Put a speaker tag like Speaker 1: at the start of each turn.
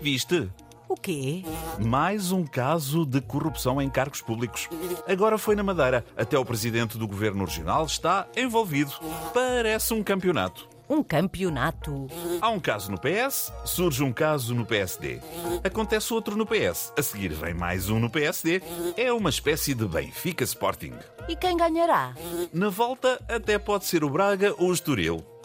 Speaker 1: Viste?
Speaker 2: O quê?
Speaker 1: Mais um caso de corrupção em cargos públicos. Agora foi na Madeira. Até o presidente do governo regional está envolvido. Parece um campeonato.
Speaker 2: Um campeonato.
Speaker 1: Há um caso no PS, surge um caso no PSD. Acontece outro no PS, a seguir vem mais um no PSD. É uma espécie de Benfica Sporting.
Speaker 2: E quem ganhará?
Speaker 1: Na volta, até pode ser o Braga ou o Estoril.